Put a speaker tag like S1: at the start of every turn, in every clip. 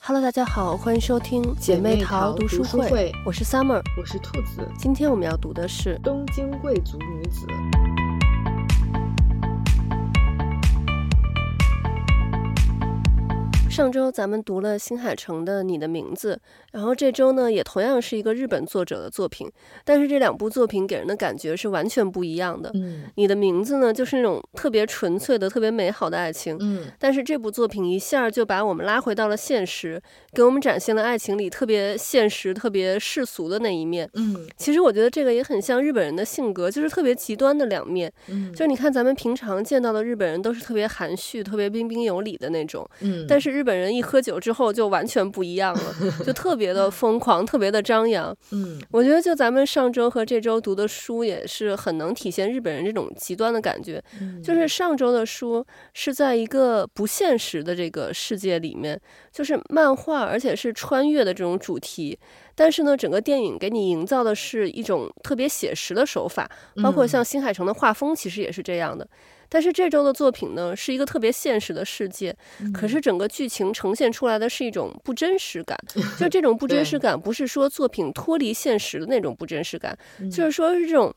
S1: Hello，大家好，欢迎收听姐妹淘读书
S2: 姐妹淘读书会
S1: 我是 Summer。
S2: 我是兔子，
S1: 今天我们要读的是
S2: 东京贵族女子。
S1: 上周咱们读了新海诚的《你的名字》，然后这周呢也同样是一个日本作者的作品，但是这两部作品给人的感觉是完全不一样的。
S2: 嗯
S1: 你的名字呢，就是那种特别纯粹的、特别美好的爱情，
S2: 嗯，
S1: 但是这部作品一下就把我们拉回到了现实，给我们展现了爱情里特别现实、特别世俗的那一面。
S2: 嗯
S1: 其实我觉得这个也很像日本人的性格，就是特别极端的两面。
S2: 嗯，
S1: 就是你看咱们平常见到的日本人都是特别含蓄、特别彬彬有礼的那种，
S2: 嗯，
S1: 但
S2: 是
S1: 是日本人一喝酒之后就完全不一样了，就特别的疯狂，特别的张扬。
S2: 嗯
S1: 我觉得就咱们上周和这周读的书也是很能体现日本人这种极端的感觉。
S2: 嗯
S1: 就是上周的书是在一个不现实的这个世界里面，就是漫画，而且是穿越的这种主题。但是呢，整个电影给你营造的是一种特别写实的手法，包括
S2: 嗯
S1: 像新海诚的画风，其实也是这样的。但是这周的作品呢，是一个特别现实的世界，
S2: 嗯
S1: 可是整个剧情呈现出来的是一种不真实 感，就这种不真实
S2: 对
S1: 感，不是说作品脱离现实的那种不真实感，
S2: 嗯
S1: 就是说是这种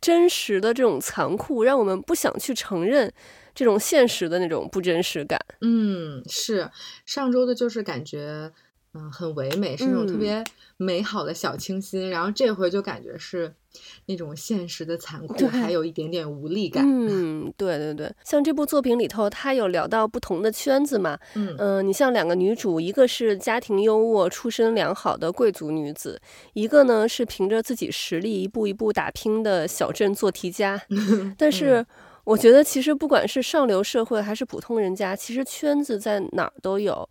S1: 真实的这种残酷，让我们不想去承认这种现实的那种不真实感。
S2: 嗯是上周的，就是感觉嗯很唯美，是那种特
S1: 嗯
S2: 别美好的小清新，然后这回就感觉是那种现实的残酷，
S1: 对
S2: 还有一点点无力感。
S1: 嗯，对对对，像这部作品里头，它有聊到不同的圈子嘛，
S2: 嗯
S1: 嗯、你像两个女主，一个是家庭优渥、出身良好的贵族女子，一个呢是凭着自己实力一步一步打拼的小镇做题家。但是我觉得，其实不管是上流社会还是普通人家，其实圈子在哪儿都有。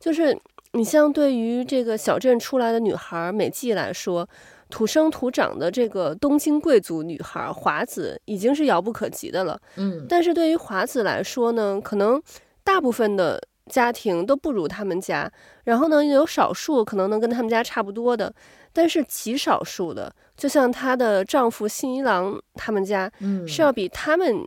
S1: 就是你像对于这个小镇出来的女孩美纪来说，土生土长的这个东京贵族女孩华子已经是遥不可及的了。
S2: 嗯
S1: 但是对于华子来说呢，可能大部分的家庭都不如他们家，然后呢，也有少数可能能跟他们家差不多的，但是极少数的，就像她的丈夫新一郎他们家，
S2: 嗯
S1: 是要啊比他们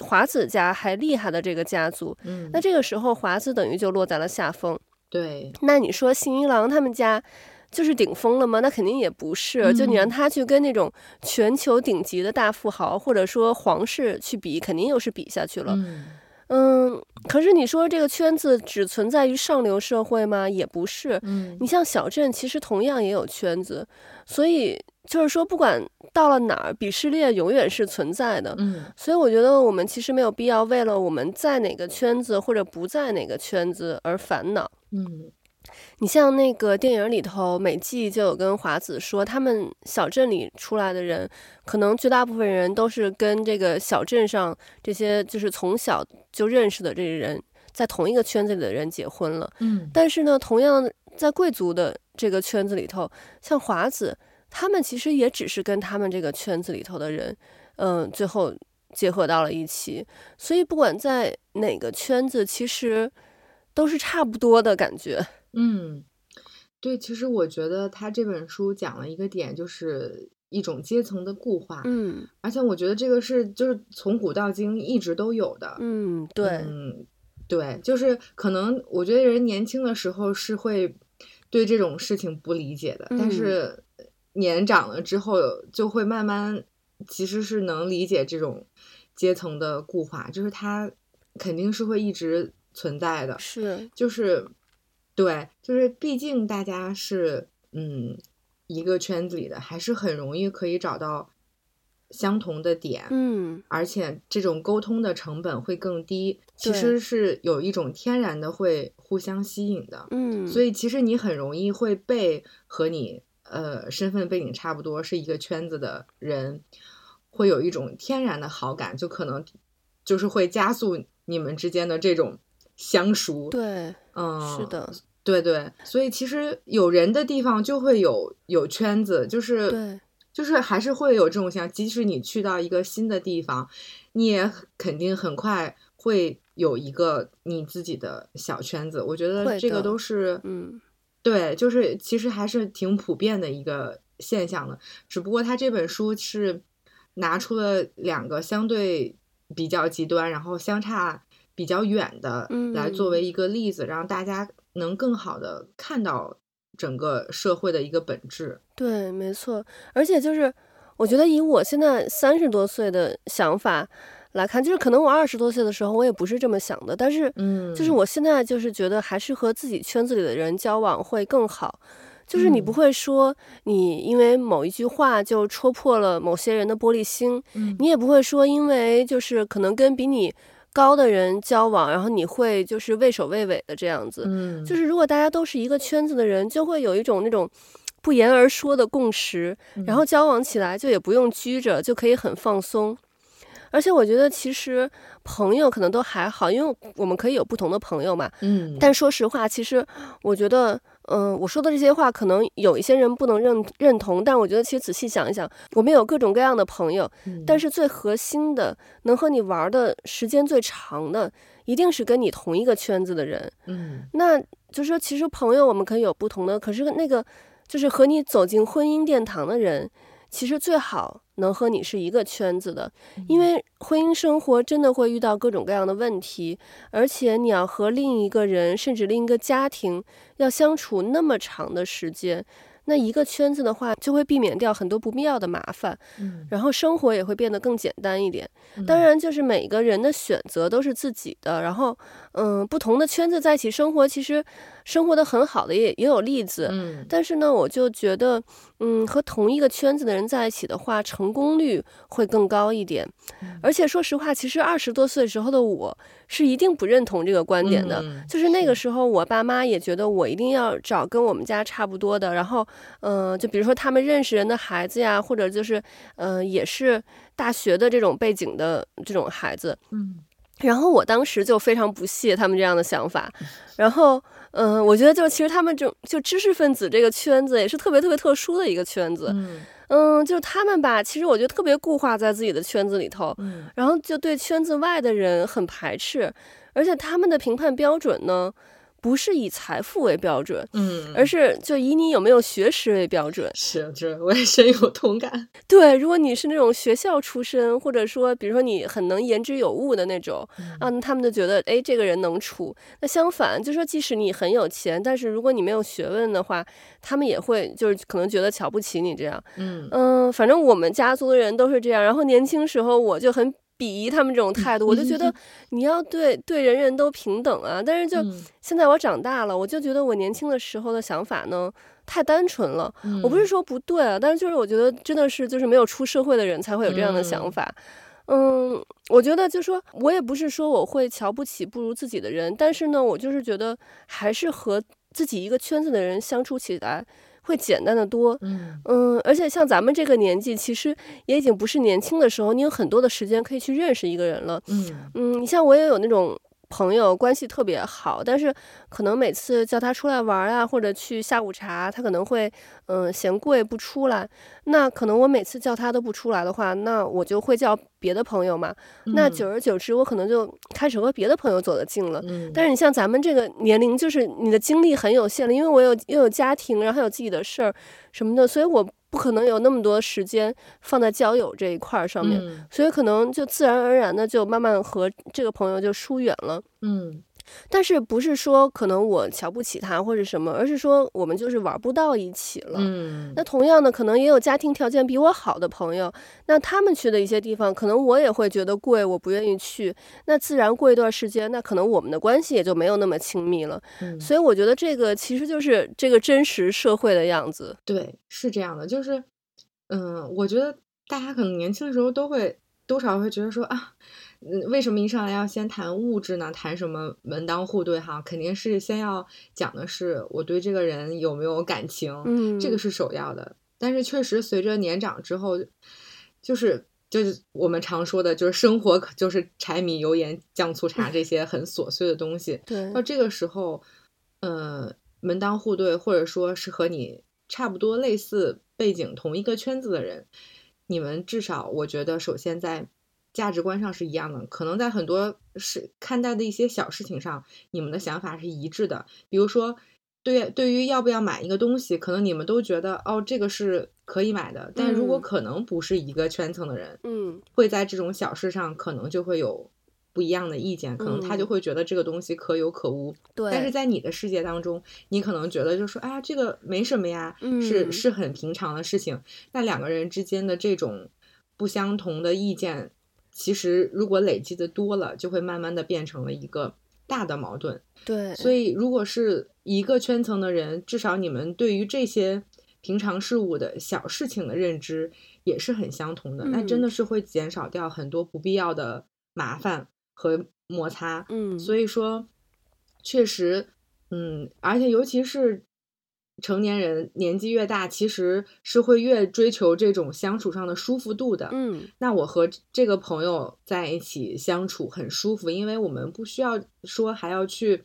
S1: 华子家还厉害的这个家族。
S2: 嗯
S1: 那这个时候，华子等于就落在了下风。
S2: 对
S1: 那你说新一郎他们家就是顶峰了吗？那肯定也不是。就你让
S2: 嗯
S1: 他去跟那种全球顶级的大富豪或者说皇室去比，肯定又是啊比下去了。
S2: 嗯
S1: 嗯，可是你说这个圈子只存在于上流社会吗？也不是。
S2: 嗯
S1: 你像小镇，其实同样也有圈子，所以就是说，不管到了哪儿，鄙视链永远是存在的。
S2: 嗯
S1: 所以我觉得我们其实没有必要为了我们在哪个圈子或者不在哪个圈子而烦恼。
S2: 嗯
S1: 你像那个电影里头，美纪就有跟华子说，他们小镇里出来的人，可能绝大部分人都是跟这个小镇上这些就是从小就认识的这些人，在同一个圈子里的人结婚了。
S2: 嗯
S1: 但是呢，同样在贵族的这个圈子里头，像华子，他们其实也只是跟他们这个圈子里头的人，嗯、最后结合到了一起。所以不管在哪个圈子，其实都是差不多的感觉。
S2: 嗯，对，其实我觉得他这本书讲了一个点，就是一种阶层的固化，
S1: 嗯
S2: 而且我觉得这个是就是从古到今一直都有的。
S1: 嗯，对，
S2: 嗯，对，就是可能我觉得人年轻的时候是会对这种事情不理解的，
S1: 嗯
S2: 但是年长了之后就会慢慢其实是能理解这种阶层的固化，就是它肯定是会一直存在的。
S1: 是，
S2: 就是，对，就是毕竟大家是嗯一个圈子里的，还是很容易可以找到相同的点，
S1: 嗯
S2: 而且这种沟通的成本会更低，其
S1: 对
S2: 实是有一种天然的会互相吸引的，
S1: 嗯，
S2: 所
S1: 以
S2: 以其实你很容易会被和你呃身份背景差不多是一个圈子的人，会有一种天然的好感，就可能就是会加速你们之间的这种。相熟，
S1: 对，
S2: 嗯，
S1: 是，的，
S2: 对对，所以其实有人的地方就会有有圈子，就是
S1: 对，
S2: 就是还是会有这种像，即使你去到一个新的地方，你也肯定很快会有一个你自己的小圈子。我觉
S1: 会
S2: 得这
S1: 的
S2: 个都是
S1: 嗯
S2: 对，就是其实还是挺普遍的一个现象的，只不过他这本书是拿出了两个相对比较极端，然后相差比较远的来作为一个例子，让大家能更好的看到整个社会的一个本质。
S1: 对，没错。而且就是，我觉得以我现在三十多岁的想法来看，就是可能我二十多岁的时候，我也不是这么想的。但是，
S2: 嗯
S1: 就是我现在就是觉得，还是和自己圈子里的人交往会更好。就是你不
S2: 嗯
S1: 会说你因为某一句话就戳破了某些人的玻璃心，
S2: 嗯
S1: 你也不会说因为就是可能跟比你高的人交往，然后你会就是畏首畏尾的这样子。
S2: 嗯
S1: 就是如果大家都是一个圈子的人，就会有一种那种不言而说的共识，然
S2: 嗯
S1: 后交往起来就也不用拘着，就可以很放松。而且我觉得其实朋友可能都还好，因为我们可以有不同的朋友嘛。
S2: 嗯，
S1: 但说实话，其实我觉得，嗯、我说的这些话可能有一些人不能认认同，但我觉得其实仔细想一想，我们有各种各样的朋友，
S2: 嗯
S1: 但是最核心的，能和你玩的时间最长的，一定是跟你同一个圈子的人。
S2: 嗯
S1: 那就是说，其实朋友我们可以有不同的，可是那个就是和你走进婚姻殿堂的人，其实最好能和你是一个圈子的，因为婚姻生活真的会遇到各种各样的问题，而且你要和另一个人，甚至另一个家庭要相处那么长的时间。那一个圈子的话，就会避免掉很多不必要的麻烦，
S2: 嗯
S1: 然后生活也会变得更简单一点。
S2: 嗯
S1: 当然，就是每个人的选择都是自己的。然后，嗯，不同的圈子在一起生活，其实生活的很好的也也有例子。
S2: 嗯
S1: 但是呢，我就觉得，嗯，和同一个圈子的人在一起的话，成功率会更高一点。
S2: 嗯
S1: 而且说实话，其实二十多岁时候的我是一定不认同这个观点的。
S2: 嗯
S1: 就是那个时候，我爸妈也觉得我一定要找跟我们家差不多的，然后，嗯、就比如说他们认识人的孩子呀，或者就是，嗯，也是大学的这种背景的这种孩子。
S2: 嗯
S1: 然后我当时就非常不屑他们这样的想法，然后，嗯、我觉得就其实他们这种就知识分子这个圈子也是特别特别特殊的一个圈子，
S2: 嗯
S1: 嗯，就是他们吧，其实我觉得特别固化在自己的圈子里头，
S2: 嗯
S1: 然后就对圈子外的人很排斥，而且他们的评判标准呢，不是以财富为标准，
S2: 嗯，
S1: 而是就以你有没有学识为标准。
S2: 是这我也深有同感。
S1: 对，如果你是那种学校出身，或者说比如说你很能言之有物的那种啊，那他们就觉得哎这个人能处。那相反，就说即使你很有钱，但是如果你没有学问的话，他们也会就是可能觉得瞧不起你这样。
S2: 嗯
S1: 嗯，反正我们家族的人都是这样。然后年轻时候我就很鄙夷他们这种态度，我就觉得你要对对人人都平等啊。但是就
S2: 嗯
S1: 现在我长大了，我就觉得我年轻的时候的想法呢太单纯了。
S2: 嗯
S1: 我不是说不对啊，但是就是我觉得真的是就是没有出社会的人才会有这样的想
S2: 嗯
S1: 法。嗯，我觉得就说，我也不是说我会瞧不起不如自己的人，但是呢，我就是觉得还是和自己一个圈子的人相处起来会简单的多。
S2: 嗯
S1: 嗯，而且像咱们这个年纪，其实也已经不是年轻的时候，你有很多的时间可以去认识一个人了。
S2: 嗯
S1: 嗯，你像我也有那种朋友关系特别好，但是可能每次叫他出来玩儿啊，或者去下午茶，他可能会嗯、呃嫌贵不出来。那可能我每次叫他都不出来的话，那我就会叫别的朋友嘛。那
S2: 嗯
S1: 久而久之，我可能就开始和别的朋友走得近了。
S2: 嗯，
S1: 但是你像咱们这个年龄，就是你的精力很有限了，因为我有又有家庭，然后还有自己的事儿什么的，所以我不可能有那么多时间放在交友这一块儿上面，
S2: 嗯
S1: 所以可能就自然而然的就慢慢和这个朋友就疏远了。
S2: 嗯
S1: 但是不是说可能我瞧不起他或者什么，而是说我们就是玩不到一起了。
S2: 嗯
S1: 那同样的，可能也有家庭条件比我好的朋友，那他们去的一些地方，可能我也会觉得贵，我不愿意去。那自然过一段时间，那可能我们的关系也就没有那么亲密了。
S2: 嗯
S1: 所以我觉得这个其实就是这个真实社会的样子。
S2: 对，是这样的，就是，嗯，我觉得大家可能年轻的时候都会多少会觉得说啊，嗯，为什么一上来要先谈物质呢？谈什么门当户对哈？肯定是先要讲的是我对这个人有没有感情，
S1: 嗯
S2: 这个是首要的。但是确实随着年长之后，就是就是我们常说的，就是生活可就是柴米油盐酱醋茶这些很琐碎的东西。
S1: 对
S2: 到，这个时候，呃，门当户对，或者说是和你差不多类似背景、同一个圈子的人，你们至少我觉得，首先在价值观上是一样的，可能在很多事看待的一些小事情上，你们的想法是一致的。比如说，对对于要不要买一个东西，可能你们都觉得哦，这个是可以买的，但如果
S1: 嗯
S2: 可能不是一个圈层的人，
S1: 嗯
S2: 会在这种小事上可能就会有不一样的意见，可能他就会觉得这个东西可有可无。
S1: 对，
S2: 但是在你的世界当中，你可能觉得就说，哎呀，这个没什么呀，
S1: 嗯
S2: 是是很平常的事情。那两个人之间的这种不相同的意见，其实如果累积的多了，就会慢慢的变成了一个大的矛盾。
S1: 对，
S2: 所以，如果是一个圈层的人，至少你们对于这些平常事物的小事情的认知也是很相同的，那真
S1: 嗯
S2: 的是会减少掉很多不必要的麻烦和摩擦。
S1: 嗯，
S2: 所以说，确实，嗯，而且尤其是成年人年纪越大，其实是会越追求这种相处上的舒服度的。
S1: 嗯
S2: 那我和这个朋友在一起相处很舒服，因为我们不需要说还要去，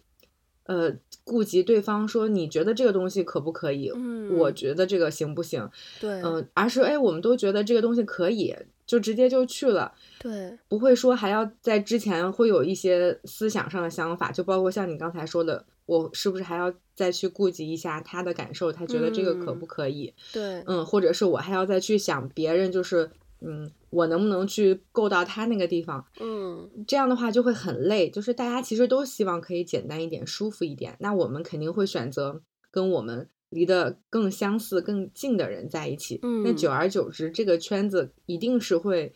S2: 呃，顾及对方说你觉得这个东西可不可以，
S1: 嗯，
S2: 我觉得这个行不行，
S1: 对
S2: 嗯、而是哎，我们都觉得这个东西可以，就直接就去了，
S1: 对，
S2: 不会说还要在之前会有一些思想上的想法，就包括像你刚才说的，我是不是还要再去顾及一下他的感受，他觉得这个可
S1: 嗯
S2: 不可以？
S1: 对，
S2: 嗯，或者是我还要再去想别人，就是嗯，我能不能去够到他那个地方？
S1: 嗯，
S2: 这样的话就会很累。就是大家其实都希望可以简单一点、舒服一点。那我们肯定会选择跟我们离得更相似、更近的人在一起。那
S1: 嗯
S2: 久而久之，这个圈子一定是会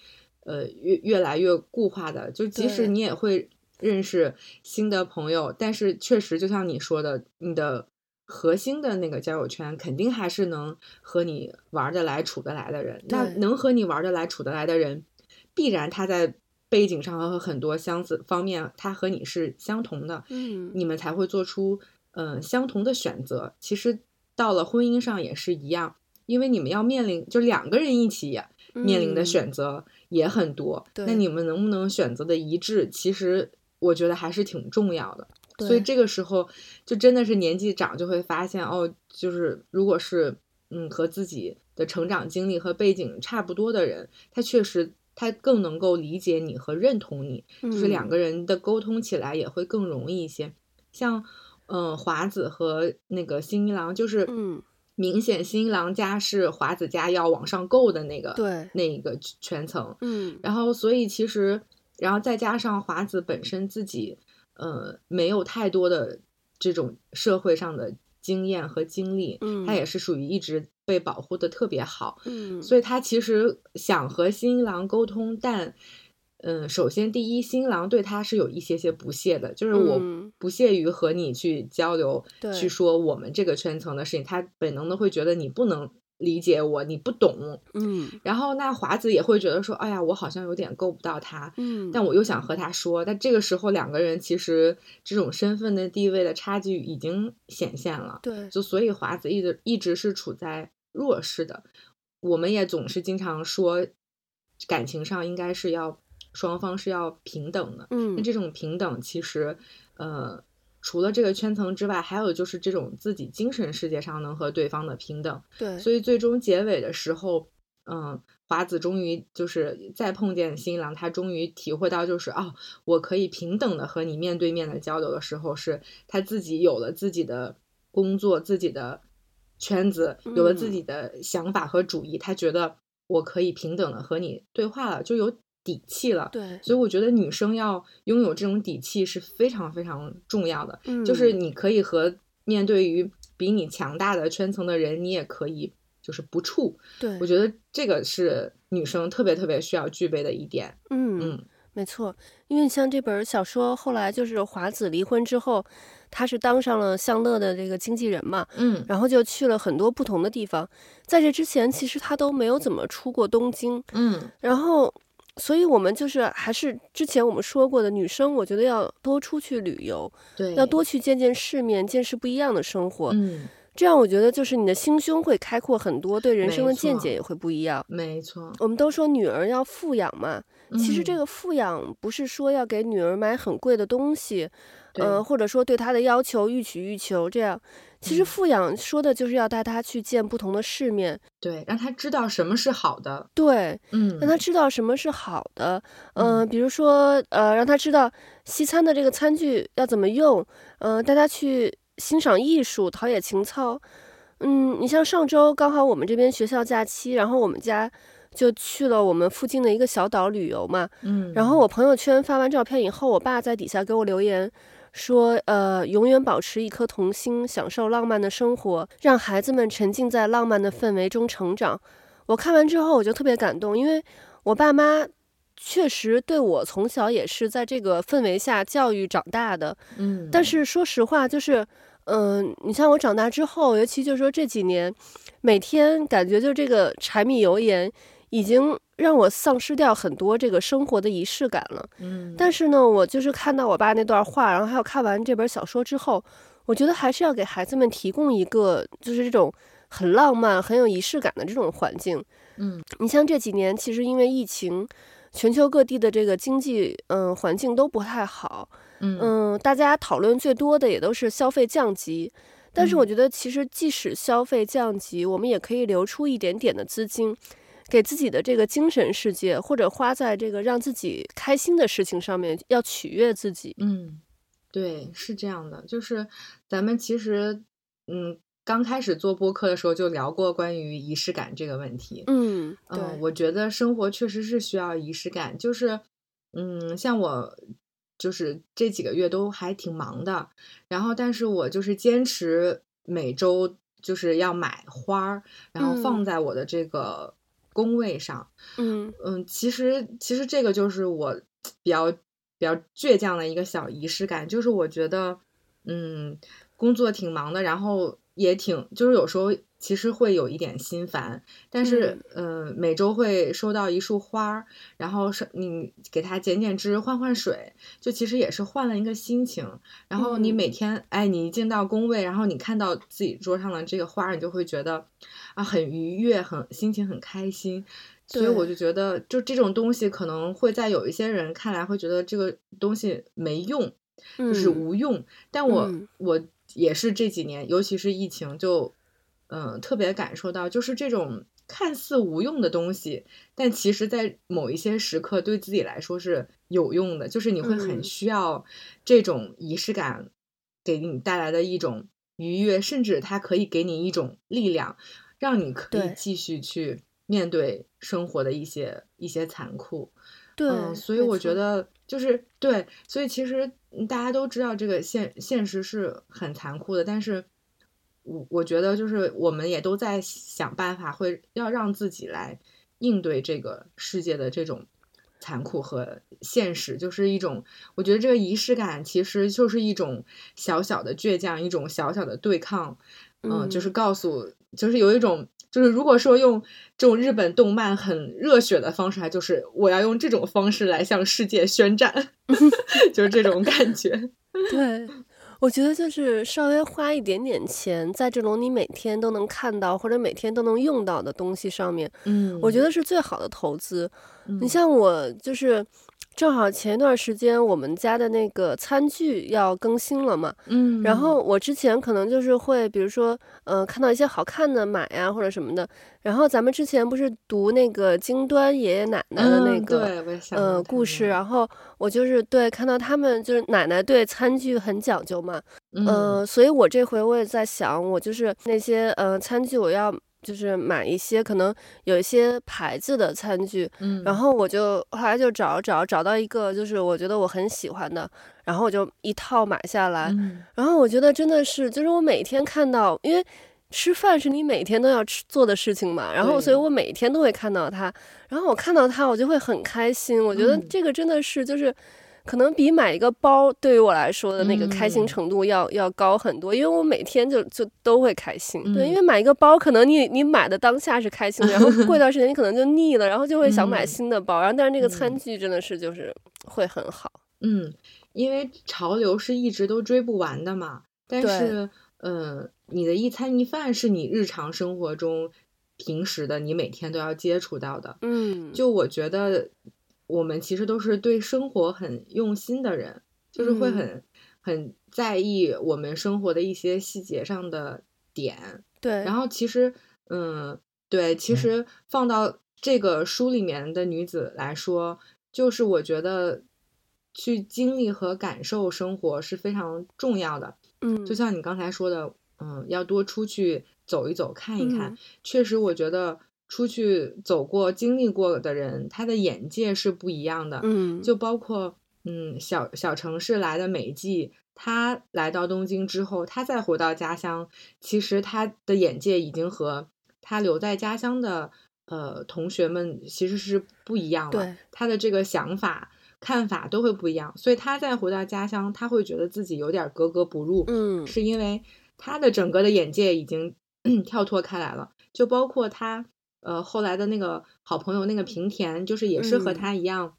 S2: 呃越越来越固化的。就即使
S1: 对
S2: 你也会认识新的朋友，但是确实就像你说的，你的。核心的那个交友圈肯定还是能和你玩得来、处得来的人。那
S1: 对
S2: 能和你玩得来、处得来的人，必然他在背景上和很多相似方面，他和你是相同的，
S1: 嗯，
S2: 你们才会做出嗯、呃相同的选择。其实到了婚姻上也是一样，因为你们要面临就两个人一起面临的
S1: 嗯，
S2: 选择也很多，
S1: 对
S2: 那你们能不能选择的一致，其实我觉得还是挺重要的。所以
S1: 对
S2: 这个时候就真的是年纪长就会发现哦，就是如果是嗯和自己的成长经历和背景差不多的人，他确实他更能够理解你和认同你，就是两
S1: 嗯
S2: 个人的沟通起来也会更容易一些。像嗯、呃华子和那个新一郎，就是
S1: 嗯，
S2: 明显新一郎家是华子家要往上够的那个
S1: 对，
S2: 那一个圈层，
S1: 嗯
S2: 然后所以其实，然后再加上华子本身自己，呃，没有太多的这种社会上的经验和经历，
S1: 嗯
S2: 他也是属于一直被保护的特别好，
S1: 嗯，
S2: 所以他其实想和新一郎沟通，但，嗯、首先第一，新一郎对他是有一些些不屑的，就是我
S1: 嗯
S2: 不屑于和你去交流，
S1: 对
S2: 去说我们这个圈层的事情，他本能的会觉得你不能理解我，你不懂，
S1: 嗯
S2: 然后那华子也会觉得说，哎呀，我好像有点够不到他，
S1: 嗯，
S2: 但我又想和他说。但这个时候，两个人其实这种身份的地位的差距已经显现了，
S1: 对，
S2: 就所以华子一直一直是处在弱势的。我们也总是经常说，感情上应该是要双方是要平等的。那
S1: 嗯
S2: 这种平等其实，呃，除了这个圈层之外，还有就是这种自己精神世界上能和对方的平等。
S1: 对，
S2: 所以最终结尾的时候，嗯，华子终于就是再碰见新郎，他终于体会到就是哦，我可以平等的和你面对面的交流的时候，是他自己有了自己的工作、自己的圈子，有了自
S1: 嗯
S2: 己的想法和主意，他觉得我可以平等的和你对话了，就有底气了。
S1: 对，
S2: 所以我觉得女生要拥有这种底气是非常非常重要的。就是
S1: 嗯
S2: 你可以和面对于比你强大的圈层的人，你也可以就是不怵。
S1: 对，
S2: 我觉得这个是女生特别特别需要具备的一点。
S1: 嗯。
S2: 嗯，
S1: 没错，因为像这本小说，后来就是华子离婚之后，他是当上了向乐的这个经纪人嘛，
S2: 嗯
S1: 然后就去了很多不同的地方。在这之前，其实他都没有怎么出过东京。
S2: 嗯
S1: 然后，所以我们就是还是之前我们说过的，女生我觉得要多出去旅游，
S2: 对，
S1: 要多去见见世面，见识不一样的生活。
S2: 嗯，
S1: 这样，我觉得就是你的心胸会开阔很多，对人生的
S2: 没错
S1: 见解也会不一样。
S2: 没错。
S1: 我们都说女儿要富养嘛，其实这
S2: 嗯
S1: 个富养不是说要给女儿买很贵的东西，
S2: 对
S1: 呃，或者说对她的要求欲取欲求这样。其实
S2: 嗯
S1: 富养说的就是要带她去见不同的世面，
S2: 对，让他知道什么是好的。
S1: 对，
S2: 嗯，
S1: 让她知道什么是好的，
S2: 嗯
S1: 呃，比如说呃，让她知道西餐的这个餐具要怎么用，呃，带她去欣赏艺术，陶冶情操。嗯，你像上周刚好我们这边学校假期，然后我们家就去了我们附近的一个小岛旅游嘛。
S2: 嗯，
S1: 然后我朋友圈发完照片以后，我爸在底下给我留言说：“呃，永远保持一颗童心，享受浪漫的生活，让孩子们沉浸在浪漫的氛围中成长。”我看完之后，我就特别感动，因为我爸妈确实对我从小也是在这个氛围下教育长大的。
S2: 嗯，
S1: 但是说实话，就是，嗯、你像我长大之后，尤其就是说这几年，每天感觉就这个柴米油盐已经让我丧失掉很多这个生活的仪式感了。
S2: 嗯，
S1: 但是呢，我就是看到我爸那段话，然后还有看完这本小说之后，我觉得还是要给孩子们提供一个就是这种很浪漫、很有仪式感的这种环境。
S2: 嗯，
S1: 你像这几年，其实因为疫情，全球各地的这个经济嗯、环境都不太好，
S2: 嗯
S1: 嗯，大家讨论最多的也都是消费降级。但是
S2: 嗯
S1: 我觉得，其实即使消费降级，我们也可以留出一点点的资金，给自己的这个精神世界，或者花在这个让自己开心的事情上面，要取悦自己。
S2: 嗯，对，是这样的，就是咱们其实嗯刚开始做播客的时候就聊过关于仪式感这个问题。
S1: 嗯，对，
S2: 嗯，我觉得生活确实是需要仪式感，就是，嗯，像我就是这几个月都还挺忙的，然后但是我就是坚持每周就是要买花儿，然后放
S1: 嗯
S2: 在我的这个工位上。
S1: 嗯
S2: 嗯，其实其实这个就是我比较比较倔强的一个小仪式感，就是我觉得，嗯，工作挺忙的，然后也挺，就是有时候其实会有一点心烦，但是，嗯、每周会收到一束花儿，然后是你给它剪剪枝，换换水，就其实也是换了一个心情。然后你
S1: 嗯
S2: 每天，哎，你一进到工位，然后你看到自己桌上的这个花儿，你就会觉得啊，很愉悦，很心情很开心。所以我
S1: 对
S2: 就觉得，就这种东西可能会在有一些人看来会觉得这个东西没用，
S1: 嗯，
S2: 就是无用。但我、
S1: 嗯
S2: 我也是这几年，尤其是疫情，就嗯、呃特别感受到，就是这种看似无用的东西，但其实在某一些时刻对自己来说是有用的，就是你会很
S1: 嗯
S2: 需要这种仪式感给你带来的一种愉悦，甚至它可以给你一种力量，让你可以
S1: 对
S2: 继续去面对生活的一些一些残酷。
S1: 对、
S2: 嗯，所以
S1: 没
S2: 我觉
S1: 错
S2: 得就是对，所以其实嗯大家都知道这个现现实是很残酷的，但是我我觉得就是我们也都在想办法，会要让自己来应对这个世界的这种残酷和现实，就是一种我觉得这个仪式感其实就是一种小小的倔强，一种小小的对抗，嗯，就是
S1: 嗯
S2: 告诉，就是有一种，就是如果说用这种日本动漫很热血的方式，还就是我要用这种方式来向世界宣战， 就是这种感 觉。
S1: 对，我觉得就是稍微花一点点钱在这种你每天都能看到或者每天都能用到的东西上面，
S2: 嗯
S1: 我觉得是最好的投资。你
S2: 你
S1: 像我就是。正好前一段时间我们家的那个餐具要更新了嘛，
S2: 嗯，
S1: 然后我之前可能就是会，比如说，呃，看到一些好看的买呀、或者什么的。然后咱们之前不是读那个京端爷爷奶奶的那
S2: 嗯
S1: 个、
S2: 对，我也想到
S1: 呃
S2: 他
S1: 故
S2: 们
S1: 事，
S2: 了，
S1: 然后我就是对看到他们就是奶奶对餐具很讲究嘛，
S2: 嗯
S1: 呃，所以我这回我也在想，我就是那些呃餐具，我要就是买一些可能有一些牌子的餐具，
S2: 嗯，
S1: 然后我就后来就找找找到一个就是我觉得我很喜欢的，然后我就一套买下来，
S2: 嗯
S1: 然后我觉得真的是就是我每天看到，因为。吃饭是你每天都要吃做的事情嘛，然后所以
S2: 对
S1: 我每天都会看到它，然后我看到它我就会很开心，我觉得
S2: 嗯
S1: 这个真的是就是可能比买一个包对于我来说的那个开心
S2: 嗯
S1: 程度要、要高很多，因为我每天就就都会开心。对，因
S2: 嗯
S1: 为买一个包，可能你你买的当下是开心的， 然后过一段时间你可能就腻了，然后就会想买
S2: 嗯
S1: 新的包，然后但是那个餐
S2: 嗯
S1: 具真的是就是会很好。
S2: 嗯，因为潮流是一直都追不完的嘛，但
S1: 对
S2: 是，呃，你的一餐一饭是你日常生活中平时的，你每天都要接触到的。
S1: 嗯，
S2: 就我觉得，我们其实都是对生活很用心的人，就是会
S1: 嗯
S2: 很很在意我们生活的一些细节上的点。
S1: 对
S2: 然，后其实，嗯，对，其实放到这个书里面的女子来说，就是我觉得去经历和感受生活是非常重要的。就
S1: 嗯
S2: 像你刚才说的，嗯，要多出去走一走，看一看。
S1: 嗯
S2: 确实，我觉得出去走过、经历过的人，他的眼界是不一样的。
S1: 嗯，
S2: 就包括嗯小小城市来的美纪，他来到东京之后，他再回到家乡，其实他的眼界已经和他留在家乡的呃同学们其实是不一样了
S1: 对。
S2: 他的这个想法、看法都会不一样，所以他再回到家乡，他会觉得自己有点格格不入。
S1: 嗯
S2: 是因为他的整个的眼界已经 跳脱开来了，就包括他呃后来的那个好朋友那个平田，就是也是和
S1: 嗯
S2: 他一样、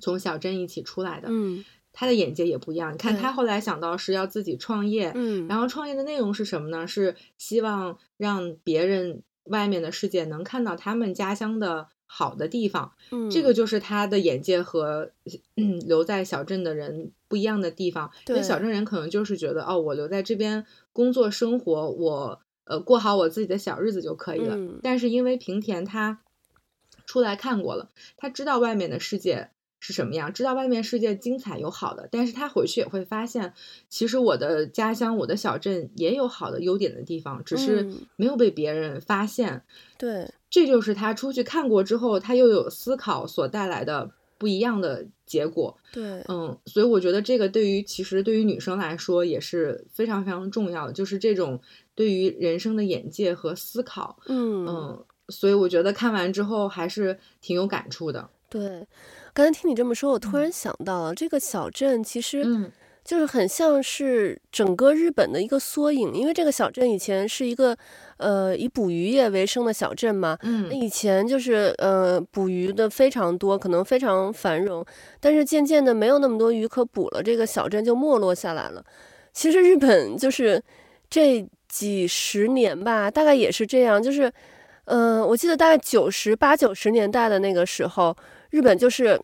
S2: 从小镇一起出来的，
S1: 嗯
S2: 他的眼界也不一样。你看
S1: 对
S2: 他后来想到是要自己创业，
S1: 嗯，
S2: 然后创业的内容是什么呢？是希望让别人外面的世界能看到他们家乡的好的地方。
S1: 后
S2: 这个就是他的眼界和嗯留在小镇的人不一样的地方。因为
S1: 对
S2: 小镇人可能就是觉得，哦，我留在这边工作生活，我呃过好我自己的小日子就可以了。
S1: 嗯
S2: 但是因为平田他出来看过了，他知道外面的世界。是什么样？知道外面世界精彩有好的，但是他回去也会发现，其实我的家乡、我的小镇也有好的优点的地方，只是
S1: 嗯
S2: 没有被别人发现。
S1: 对，
S2: 这就是他出去看过之后，他又有思考所带来的不一样的结果。
S1: 对，
S2: 嗯，所以我觉得这个对于其实对于女生来说也是非常非常重要的，就是这种对于人生的眼界和思考。
S1: 嗯，
S2: 嗯，所以我觉得看完之后还是挺有感触的。
S1: 对。刚才听你这么说，我突然想到了，这个小镇其实
S2: 嗯
S1: 就是很像是整个日本的一个缩影，因为这个小镇以前是一个呃以捕鱼业为生的小镇嘛。那
S2: 嗯
S1: 以前就是呃捕鱼的非常多，可能非常繁荣，但是渐渐的没有那么多鱼可捕了，这个小镇就没落下来了。其实日本就是这几十年吧，大概也是这样，就是呃，我记得大概九十八九十年代的那个时候，日本就是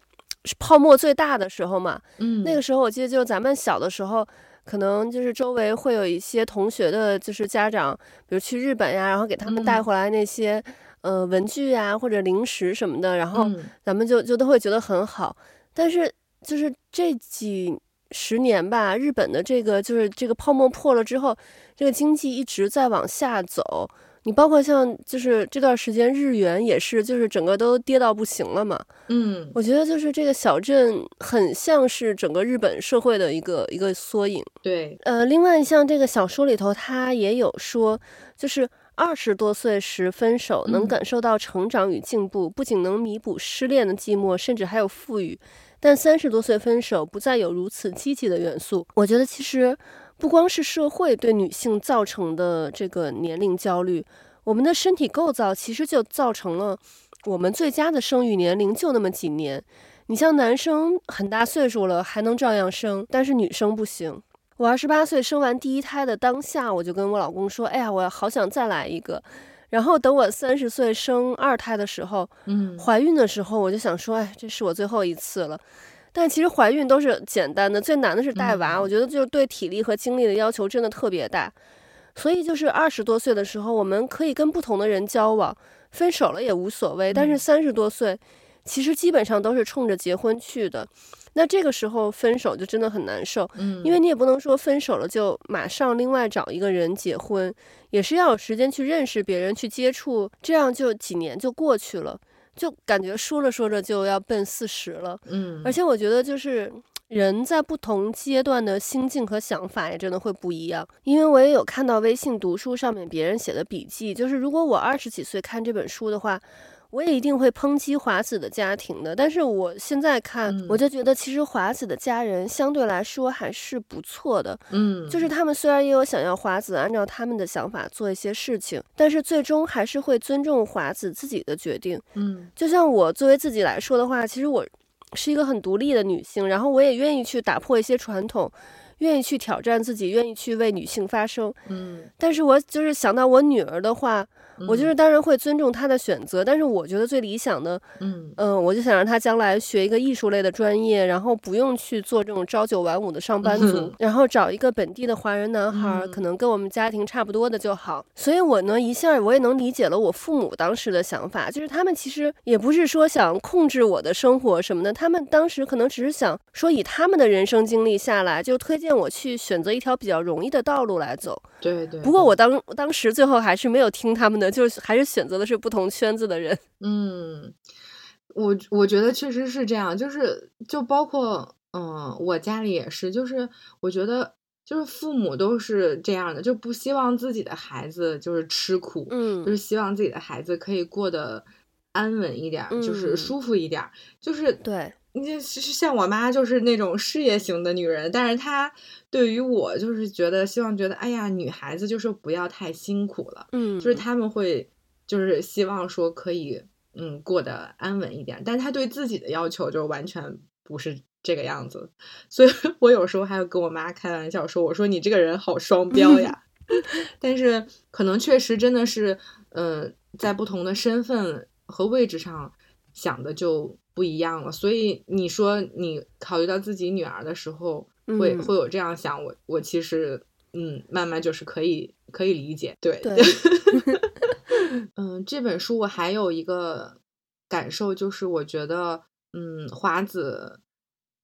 S1: 是泡沫最大的时候嘛，
S2: 嗯，
S1: 那个时候我记得，就咱们小的时候，可能就是周围会有一些同学的，就是家长，比如去日本呀，然后给他们带
S2: 嗯
S1: 回来那些、呃文具呀或者零食什么的，然后
S2: 嗯
S1: 咱们就就都会觉得很好。但是就是这几十年吧，日本的这个就是这个泡沫破了之后，这个经济一直在往下走。你包括像就是这段时间日元也是，就是整个都跌到不行了嘛。
S2: 嗯
S1: 我觉得就是这个小镇很像是整个日本社会的一个一个缩影。
S2: 对，
S1: 呃，另外像这个小说里头，他也有说，就是二十多岁时分手，能
S2: 嗯
S1: 感受到成长与进步，不仅能弥补失恋的寂寞，甚至还有富裕。但三十多岁分手，不再有如此积极的元素。我觉得其实不光是社会对女性造成的这个年龄焦虑，我们的身体构造其实就造成了我们最佳的生育年龄就那么几年。你像男生很大岁数了还能照样生，但是女生不行。我二十八岁生完第一胎的当下，我就跟我老公说：“哎呀，我好想再来一个。”然后等我三十岁生二胎的时候，
S2: 嗯
S1: 怀孕的时候，我就想说：“哎，这是我最后一次了。”但其实怀孕都是简单的，最难的是带娃。
S2: 嗯
S1: 我觉得就是对体力和精力的要求真的特别大。所以就是二十多岁的时候，我们可以跟不同的人交往，分手了也无所谓。但是
S2: 嗯
S1: 三十多岁，其实基本上都是冲着结婚去的。那这个时候分手就真的很难受，
S2: 嗯，
S1: 因为你也不能说分手了就马上另外找一个人结婚，也是要有时间去认识别人、去接触，这样就几年就过去了，就感觉说着说着就要奔四十了。
S2: 嗯，
S1: 而且我觉得就是。人在不同阶段的心境和想法也真的会不一样，因为我也有看到微信读书上面别人写的笔记，就是如果我二十几岁看这本书的话，我也一定会抨击华子的家庭的。但是我现在看，
S2: 嗯
S1: 我就觉得其实华子的家人相对来说还是不错的，
S2: 嗯
S1: 就是他们虽然也有想要华子按照他们的想法做一些事情，但是最终还是会尊重华子自己的决定。
S2: 嗯
S1: 就像我作为自己来说的话，其实我是一个很独立的女性，然后我也愿意去打破一些传统，愿意去挑战自己，愿意去为女性发声。
S2: 嗯，
S1: 但是我就是想到我女儿的话，我就是当然会尊重她的选择，但是我觉得最理想的，
S2: 嗯
S1: 嗯、我就想让她将来学一个艺术类的专业，然后不用去做这种朝九晚五的上班族
S2: 嗯，
S1: 然后找一个本地的华人男孩儿，
S2: 嗯
S1: 可能跟我们家庭差不多的就好。所以我呢，一下我也能理解了我父母当时的想法，就是他们其实也不是说想控制我的生活什么的，他们当时可能只是想说以他们的人生经历下来，就推荐我去选择一条比较容易的道路来走。
S2: 对对。
S1: 不过我当当时最后还是没有听他们的，就是还是选择的是不同圈子的人。
S2: 嗯，我我觉得确实是这样，就是就包括嗯，我家里也是，就是我觉得就是父母都是这样的，就不希望自己的孩子就是吃苦，
S1: 嗯
S2: 就是希望自己的孩子可以过得安稳一点儿，就是
S1: 嗯
S2: 舒服一点儿，就是
S1: 对，
S2: 你这是像我妈就是那种事业型的女人，但是她对于我就是觉得希望觉得，哎呀，女孩子就是不要太辛苦了，
S1: 嗯，
S2: 就是他们会就是希望说可以嗯过得安稳一点，但她对自己的要求就是完全不是这个样子，所以 我有时候还要跟我妈开玩笑说，我说你这个人好双标 呀，但是可能确实真的是，呃，在不同的身份和位置上想的就不一样了。所以你说你考虑到自己女儿的时候，会、
S1: 嗯
S2: 会有这样想，我我其实嗯，慢慢就是可以可以理解，对
S1: 对，
S2: 嗯，这本书我还有一个感受，就是我觉得，嗯，华子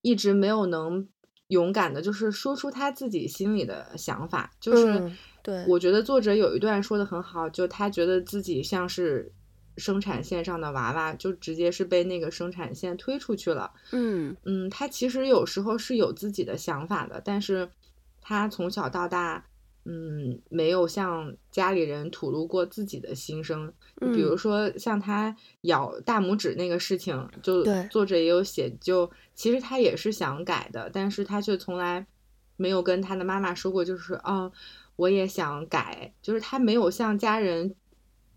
S2: 一直没有能勇敢的，就是说出他自己心里的想法。就是
S1: 嗯对
S2: 我觉得作者有一段说的很好，就他觉得自己像是生产线上的娃娃，就直接是被那个生产线推出去了。
S1: 嗯
S2: 嗯，他其实有时候是有自己的想法的，但是他从小到大，嗯，没有向家里人吐露过自己的心声。
S1: 嗯
S2: 比如说像他咬大拇指那个事情，就
S1: 对
S2: 作者也有写，就其实他也是想改的，但是他却从来没有跟他的妈妈说过，就是哦，我也想改，就是他没有向家人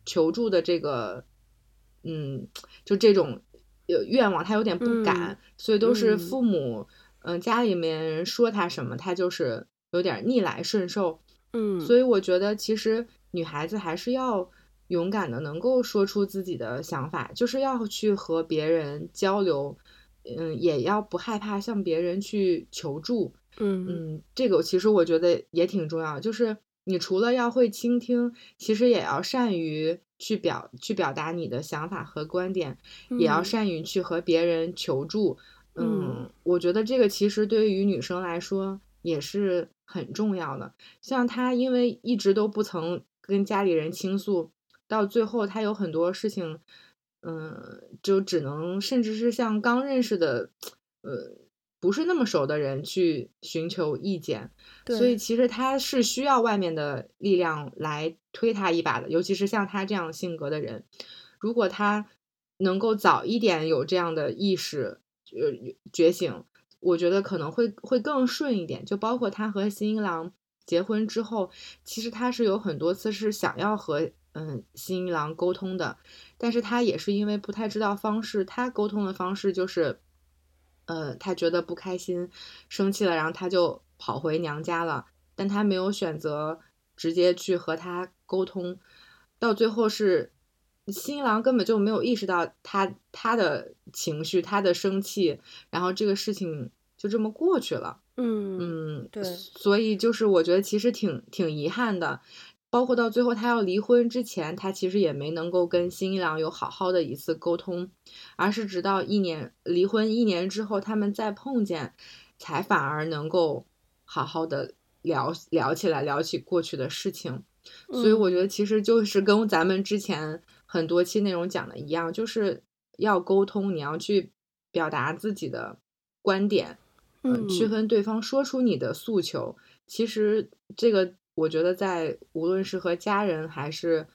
S2: 求助的这个，嗯，就这种呃愿望，他有点不敢，
S1: 嗯
S2: 所以都是
S1: 嗯
S2: 父母，嗯、家里面人说他什么，他就是有点逆来顺受。
S1: 嗯，
S2: 所以我觉得，其实女孩子还是要勇敢的，能够说出自己的想法，就是要去和别人交流，嗯，也要不害怕向别人去求助，
S1: 嗯
S2: 嗯，这个其实我觉得也挺重要，就是你除了要会倾听，其实也要善于去表去表达你的想法和观点，也要
S1: 嗯
S2: 善于去和别人求助。
S1: 嗯
S2: 嗯，我觉得这个其实对于女生来说也是很重要的。像她，因为一直都不曾跟家里人倾诉，到最后她有很多事情，嗯、就只能甚至是像刚认识的，呃，不是那么熟的人去寻求意见。
S1: 对，
S2: 所以其实他是需要外面的力量来推他一把的，尤其是像他这样性格的人，如果他能够早一点有这样的意识，呃，觉醒，我觉得可能会会更顺一点。就包括他和新一郎结婚之后，其实他是有很多次是想要和嗯新一郎沟通的，但是他也是因为不太知道方式，他沟通的方式就是，呃，他觉得不开心，生气了，然后他就跑回娘家了，但他没有选择直接去和他沟通，到最后是新郎根本就没有意识到他他的情绪，他的生气，然后这个事情就这么过去了。
S1: 嗯
S2: 嗯，
S1: 对
S2: 所以就是我觉得其实挺挺遗憾的，包括到最后他要离婚之前，他其实也没能够跟新一郎有好好的一次沟通，而是直到一年离婚一年之后，他们再碰见，才反而能够好好的聊聊起来，聊起过去的事情。所以我觉得其实就是跟咱们之前很多期内容讲的一样，就是要沟通，你要去表达自己的观点，嗯，
S1: 嗯
S2: 去跟对方说出你的诉求。其实这个我觉得在无论是和家人还是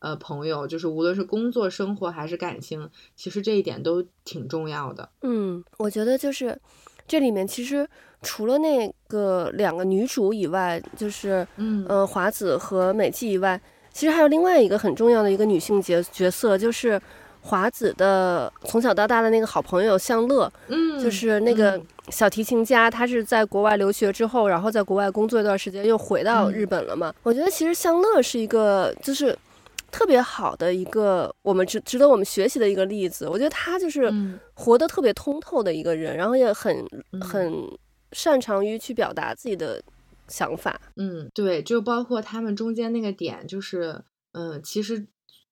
S2: 呃朋友，就是无论是工作、生活还是感情，其实这一点都挺重要的。
S1: 嗯，我觉得就是这里面其实除了那个两个女主以外，就是
S2: 嗯
S1: 呃华子和美纪以外，其实还有另外一个很重要的一个女性角角色，就是华子的从小到大的那个好朋友向乐，
S2: 嗯
S1: 呃就是那个小提琴家，他是在国外留学之后，然后在国外工作一段时间，又回到
S2: 嗯
S1: 日本了嘛。我觉得其实向乐是一个就是特别好的一个我们值值得我们学习的一个例子。我觉得他就是
S2: 嗯
S1: 活得特别通透的一个人，然后也很
S2: 嗯
S1: 很擅长于去表达自己的想法。
S2: 嗯，对，就包括他们中间那个点，就是，嗯，其实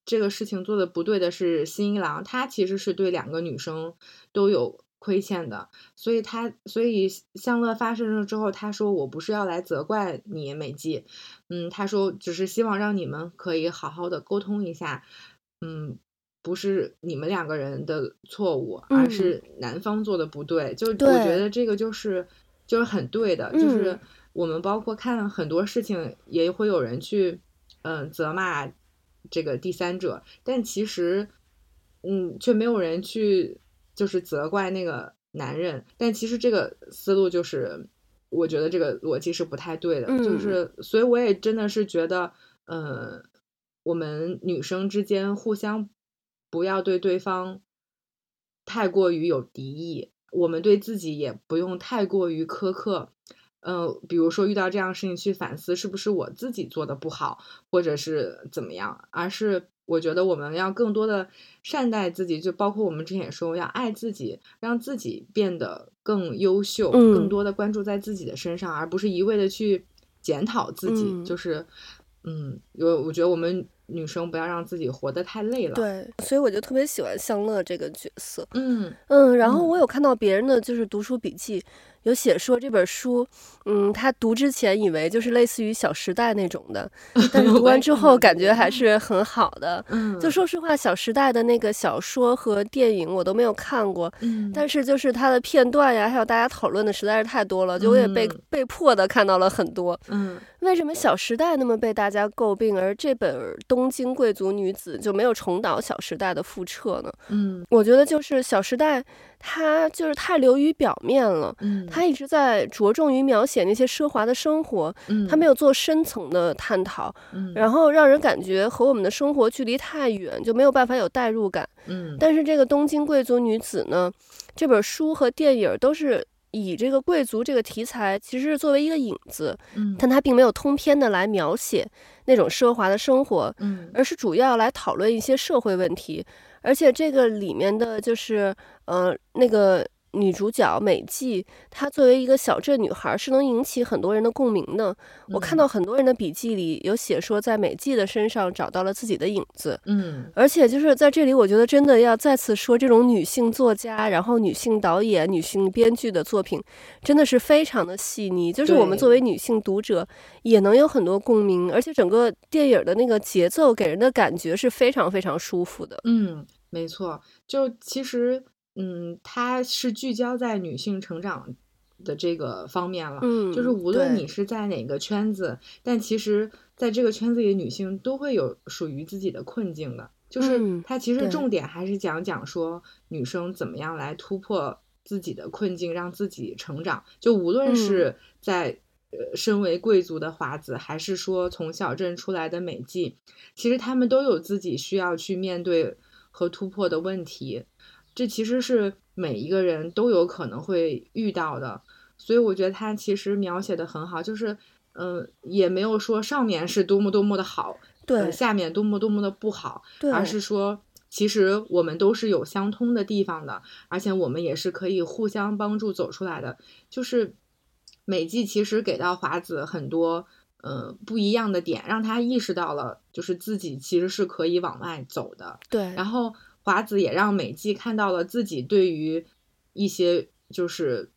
S2: 这个事情做的不对的是新一郎，他其实是对两个女生都有亏欠的。所以他，所以向乐发生了之后，他说：“我不是要来责怪你，美纪，嗯，他说只是希望让你们可以好好的沟通一下，嗯。”不是你们两个人的错误，
S1: 嗯
S2: 而是男方做的不对。就
S1: 对
S2: 我觉得这个就是就是很对的，
S1: 嗯
S2: 就是我们包括看很多事情也会有人去嗯、呃责骂这个第三者，但其实嗯却没有人去就是责怪那个男人。但其实这个思路就是我觉得这个逻辑是不太对的，
S1: 嗯
S2: 就是所以我也真的是觉得呃。我们女生之间互相不要对对方太过于有敌意，我们对自己也不用太过于苛刻。嗯、比如说遇到这样的事情去反思是不是我自己做的不好，或者是怎么样，而是我觉得我们要更多的善待自己，就包括我们之前也说要爱自己，让自己变得更优秀，
S1: 嗯
S2: 更多的关注在自己的身上，而不是一味的去检讨自己，
S1: 嗯
S2: 就是嗯，我我觉得我们女生不要让自己活得太累了。，
S1: 对，所以我就特别喜欢向乐这个角色。
S2: 嗯
S1: 嗯，然后
S2: 嗯
S1: 我有看到别人的就是读书笔记，有写说这本书，嗯，他读之前以为就是类似于《小时代》那种 的，但是读
S2: 我也
S1: 完之
S2: 看
S1: 后
S2: 到
S1: 感
S2: 这
S1: 觉
S2: 个
S1: 还是很好的。
S2: 嗯，
S1: 就说实话，《小时代》的那个小说和电影我都没有看过，
S2: 嗯，
S1: 但是就是它的片段呀，还有大家讨论的实在是太多了，就我也被
S2: 嗯
S1: 被迫的看到了很多。
S2: 嗯
S1: 为什么《小时代》那么被大家诟病，而这本《东京贵族女子》就没有重蹈《小时代》的覆辙呢？
S2: 嗯
S1: 我觉得就是《小时代》，它就是太流于表面了，
S2: 嗯，
S1: 它一直在着重于描写那些奢华的生活，
S2: 嗯
S1: 它没有做深层的探讨，
S2: 嗯，
S1: 然后让人感觉和我们的生活距离太远，就没有办法有代入感。
S2: 嗯
S1: 但是这个《东京贵族女子》呢，这本书和电影都是。以这个贵族这个题材，其实是作为一个引子，
S2: 嗯
S1: 但它并没有通篇的来描写那种奢华的生活，
S2: 嗯
S1: 而是主要来讨论一些社会问题。而且这个里面的就是，呃，那个女主角美纪，她作为一个小镇女孩，是能引起很多人的共鸣的。我看到很多人的笔记里有写说，在美纪的身上找到了自己的影子。
S2: 嗯
S1: 而且就是在这里，我觉得真的要再次说，这种女性作家，然后女性导演、女性编剧的作品，真的是非常的细腻。就是我们
S2: 对
S1: 作为女性读者，也能有很多共鸣，而且整个电影的那个节奏给人的感觉是非常非常舒服的。
S2: 嗯，没错，就其实嗯，它是聚焦在女性成长的这个方面了。
S1: 嗯，
S2: 就是无论
S1: 对
S2: 你是在哪个圈子，但其实在这个圈子里，女性都会有属于自己的困境的。就是
S1: 嗯
S2: 它其实
S1: 对
S2: 重点还是讲讲说女生怎么样来突破自己的困境，让自己成长。就无论是在呃身为贵族的华子，还是说从小镇出来的美纪，其实他们都有自己需要去面对和突破的问题。这其实是每一个人都有可能会遇到的。所以我觉得他其实描写的很好，就是嗯、呃也没有说上面是多么多么的好，呃
S1: 对
S2: 下面多么多么的不好，
S1: 对，
S2: 而是说其实我们都是有相通的地方的，而且我们也是可以互相帮助走出来的。就是美纪其实给到华子很多。呃，不一样的点让他意识到了，就是自己其实是可以往外走的。
S1: 对，
S2: 然后华子也让美纪看到了自己对于一些就是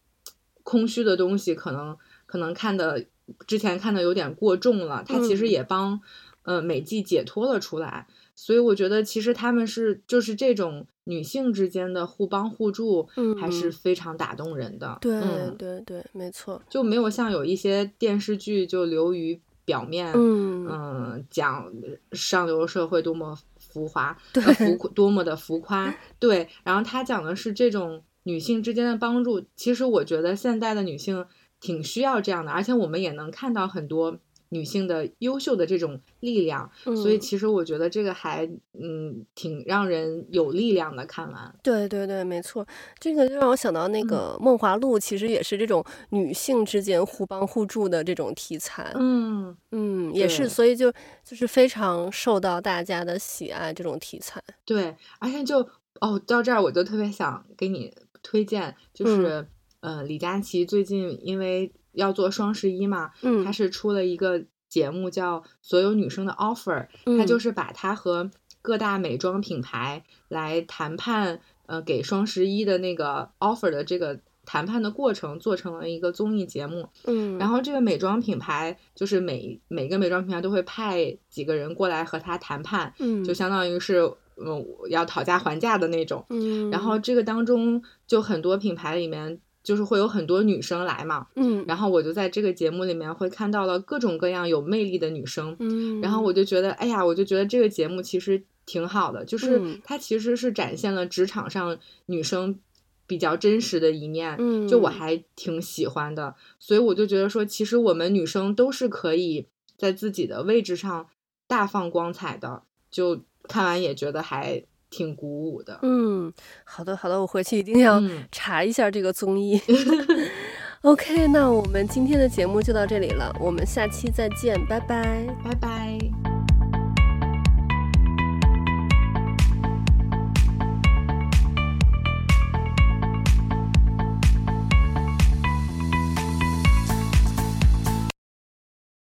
S2: 空虚的东西，可能可能看的之前看的有点过重了，他其
S1: 嗯
S2: 实也帮、呃美纪解脱了出来。所以我觉得，其实他们是就是这种女性之间的互帮互助，
S1: 嗯
S2: 还是非常打动人的。
S1: 对、
S2: 嗯，
S1: 对对，没错。
S2: 就没有像有一些电视剧就流于表面，
S1: 嗯，
S2: 嗯，讲上流社会多么浮华，
S1: 对
S2: 呃浮夸多么的浮夸，对。然后他讲的是这种女性之间的帮助。其实我觉得现代的女性挺需要这样的，而且我们也能看到很多女性的优秀的这种力量。所以
S1: 嗯
S2: 其实我觉得这个还嗯挺让人有力量的。看完，
S1: 对对对，没错，这个就让我想到
S2: 嗯
S1: 那个《梦华录》，其实也是这种女性之间互帮互助的这种题材，
S2: 嗯，
S1: 嗯，也
S2: 对
S1: 是，所以就就是非常受到大家的喜爱这种题材，
S2: 对，而且就哦，到这儿我就特别想给你推荐，
S1: 嗯
S2: 就是、呃，李佳琦最近因为要做双十一嘛，
S1: 嗯
S2: 他，是出了一个节目叫《所有女生的
S1: 嗯
S2: offer》，他就是把他和各大美妆品牌来谈判，呃给双十一的那个 offer 的这个谈判的过程做成了一个综艺节目。
S1: 嗯，
S2: 然后这个美妆品牌就是每每个美妆品牌都会派几个人过来和他谈判，
S1: 嗯
S2: 就相当于是嗯要讨价还价的那种。
S1: 嗯，
S2: 然后这个当中就很多品牌里面就是会有很多女生来嘛，
S1: 嗯，
S2: 然后我就在这个节目里面会看到了各种各样有魅力的女生，
S1: 嗯，
S2: 然后我就觉得，哎呀，我就觉得这个节目其实挺好的，就是
S1: 嗯
S2: 它其实是展现了职场上女生比较真实的一面，
S1: 嗯
S2: 就我还挺喜欢的，所以我就觉得说，其实我们女生都是可以在自己的位置上大放光彩的，就看完也觉得还挺鼓舞的。
S1: 嗯，好的好的，我回去一定要
S2: 嗯
S1: 查一下这个综 艺。OK，那我们今天的节目就到这里了，我们下期再见，拜拜。
S2: 拜拜。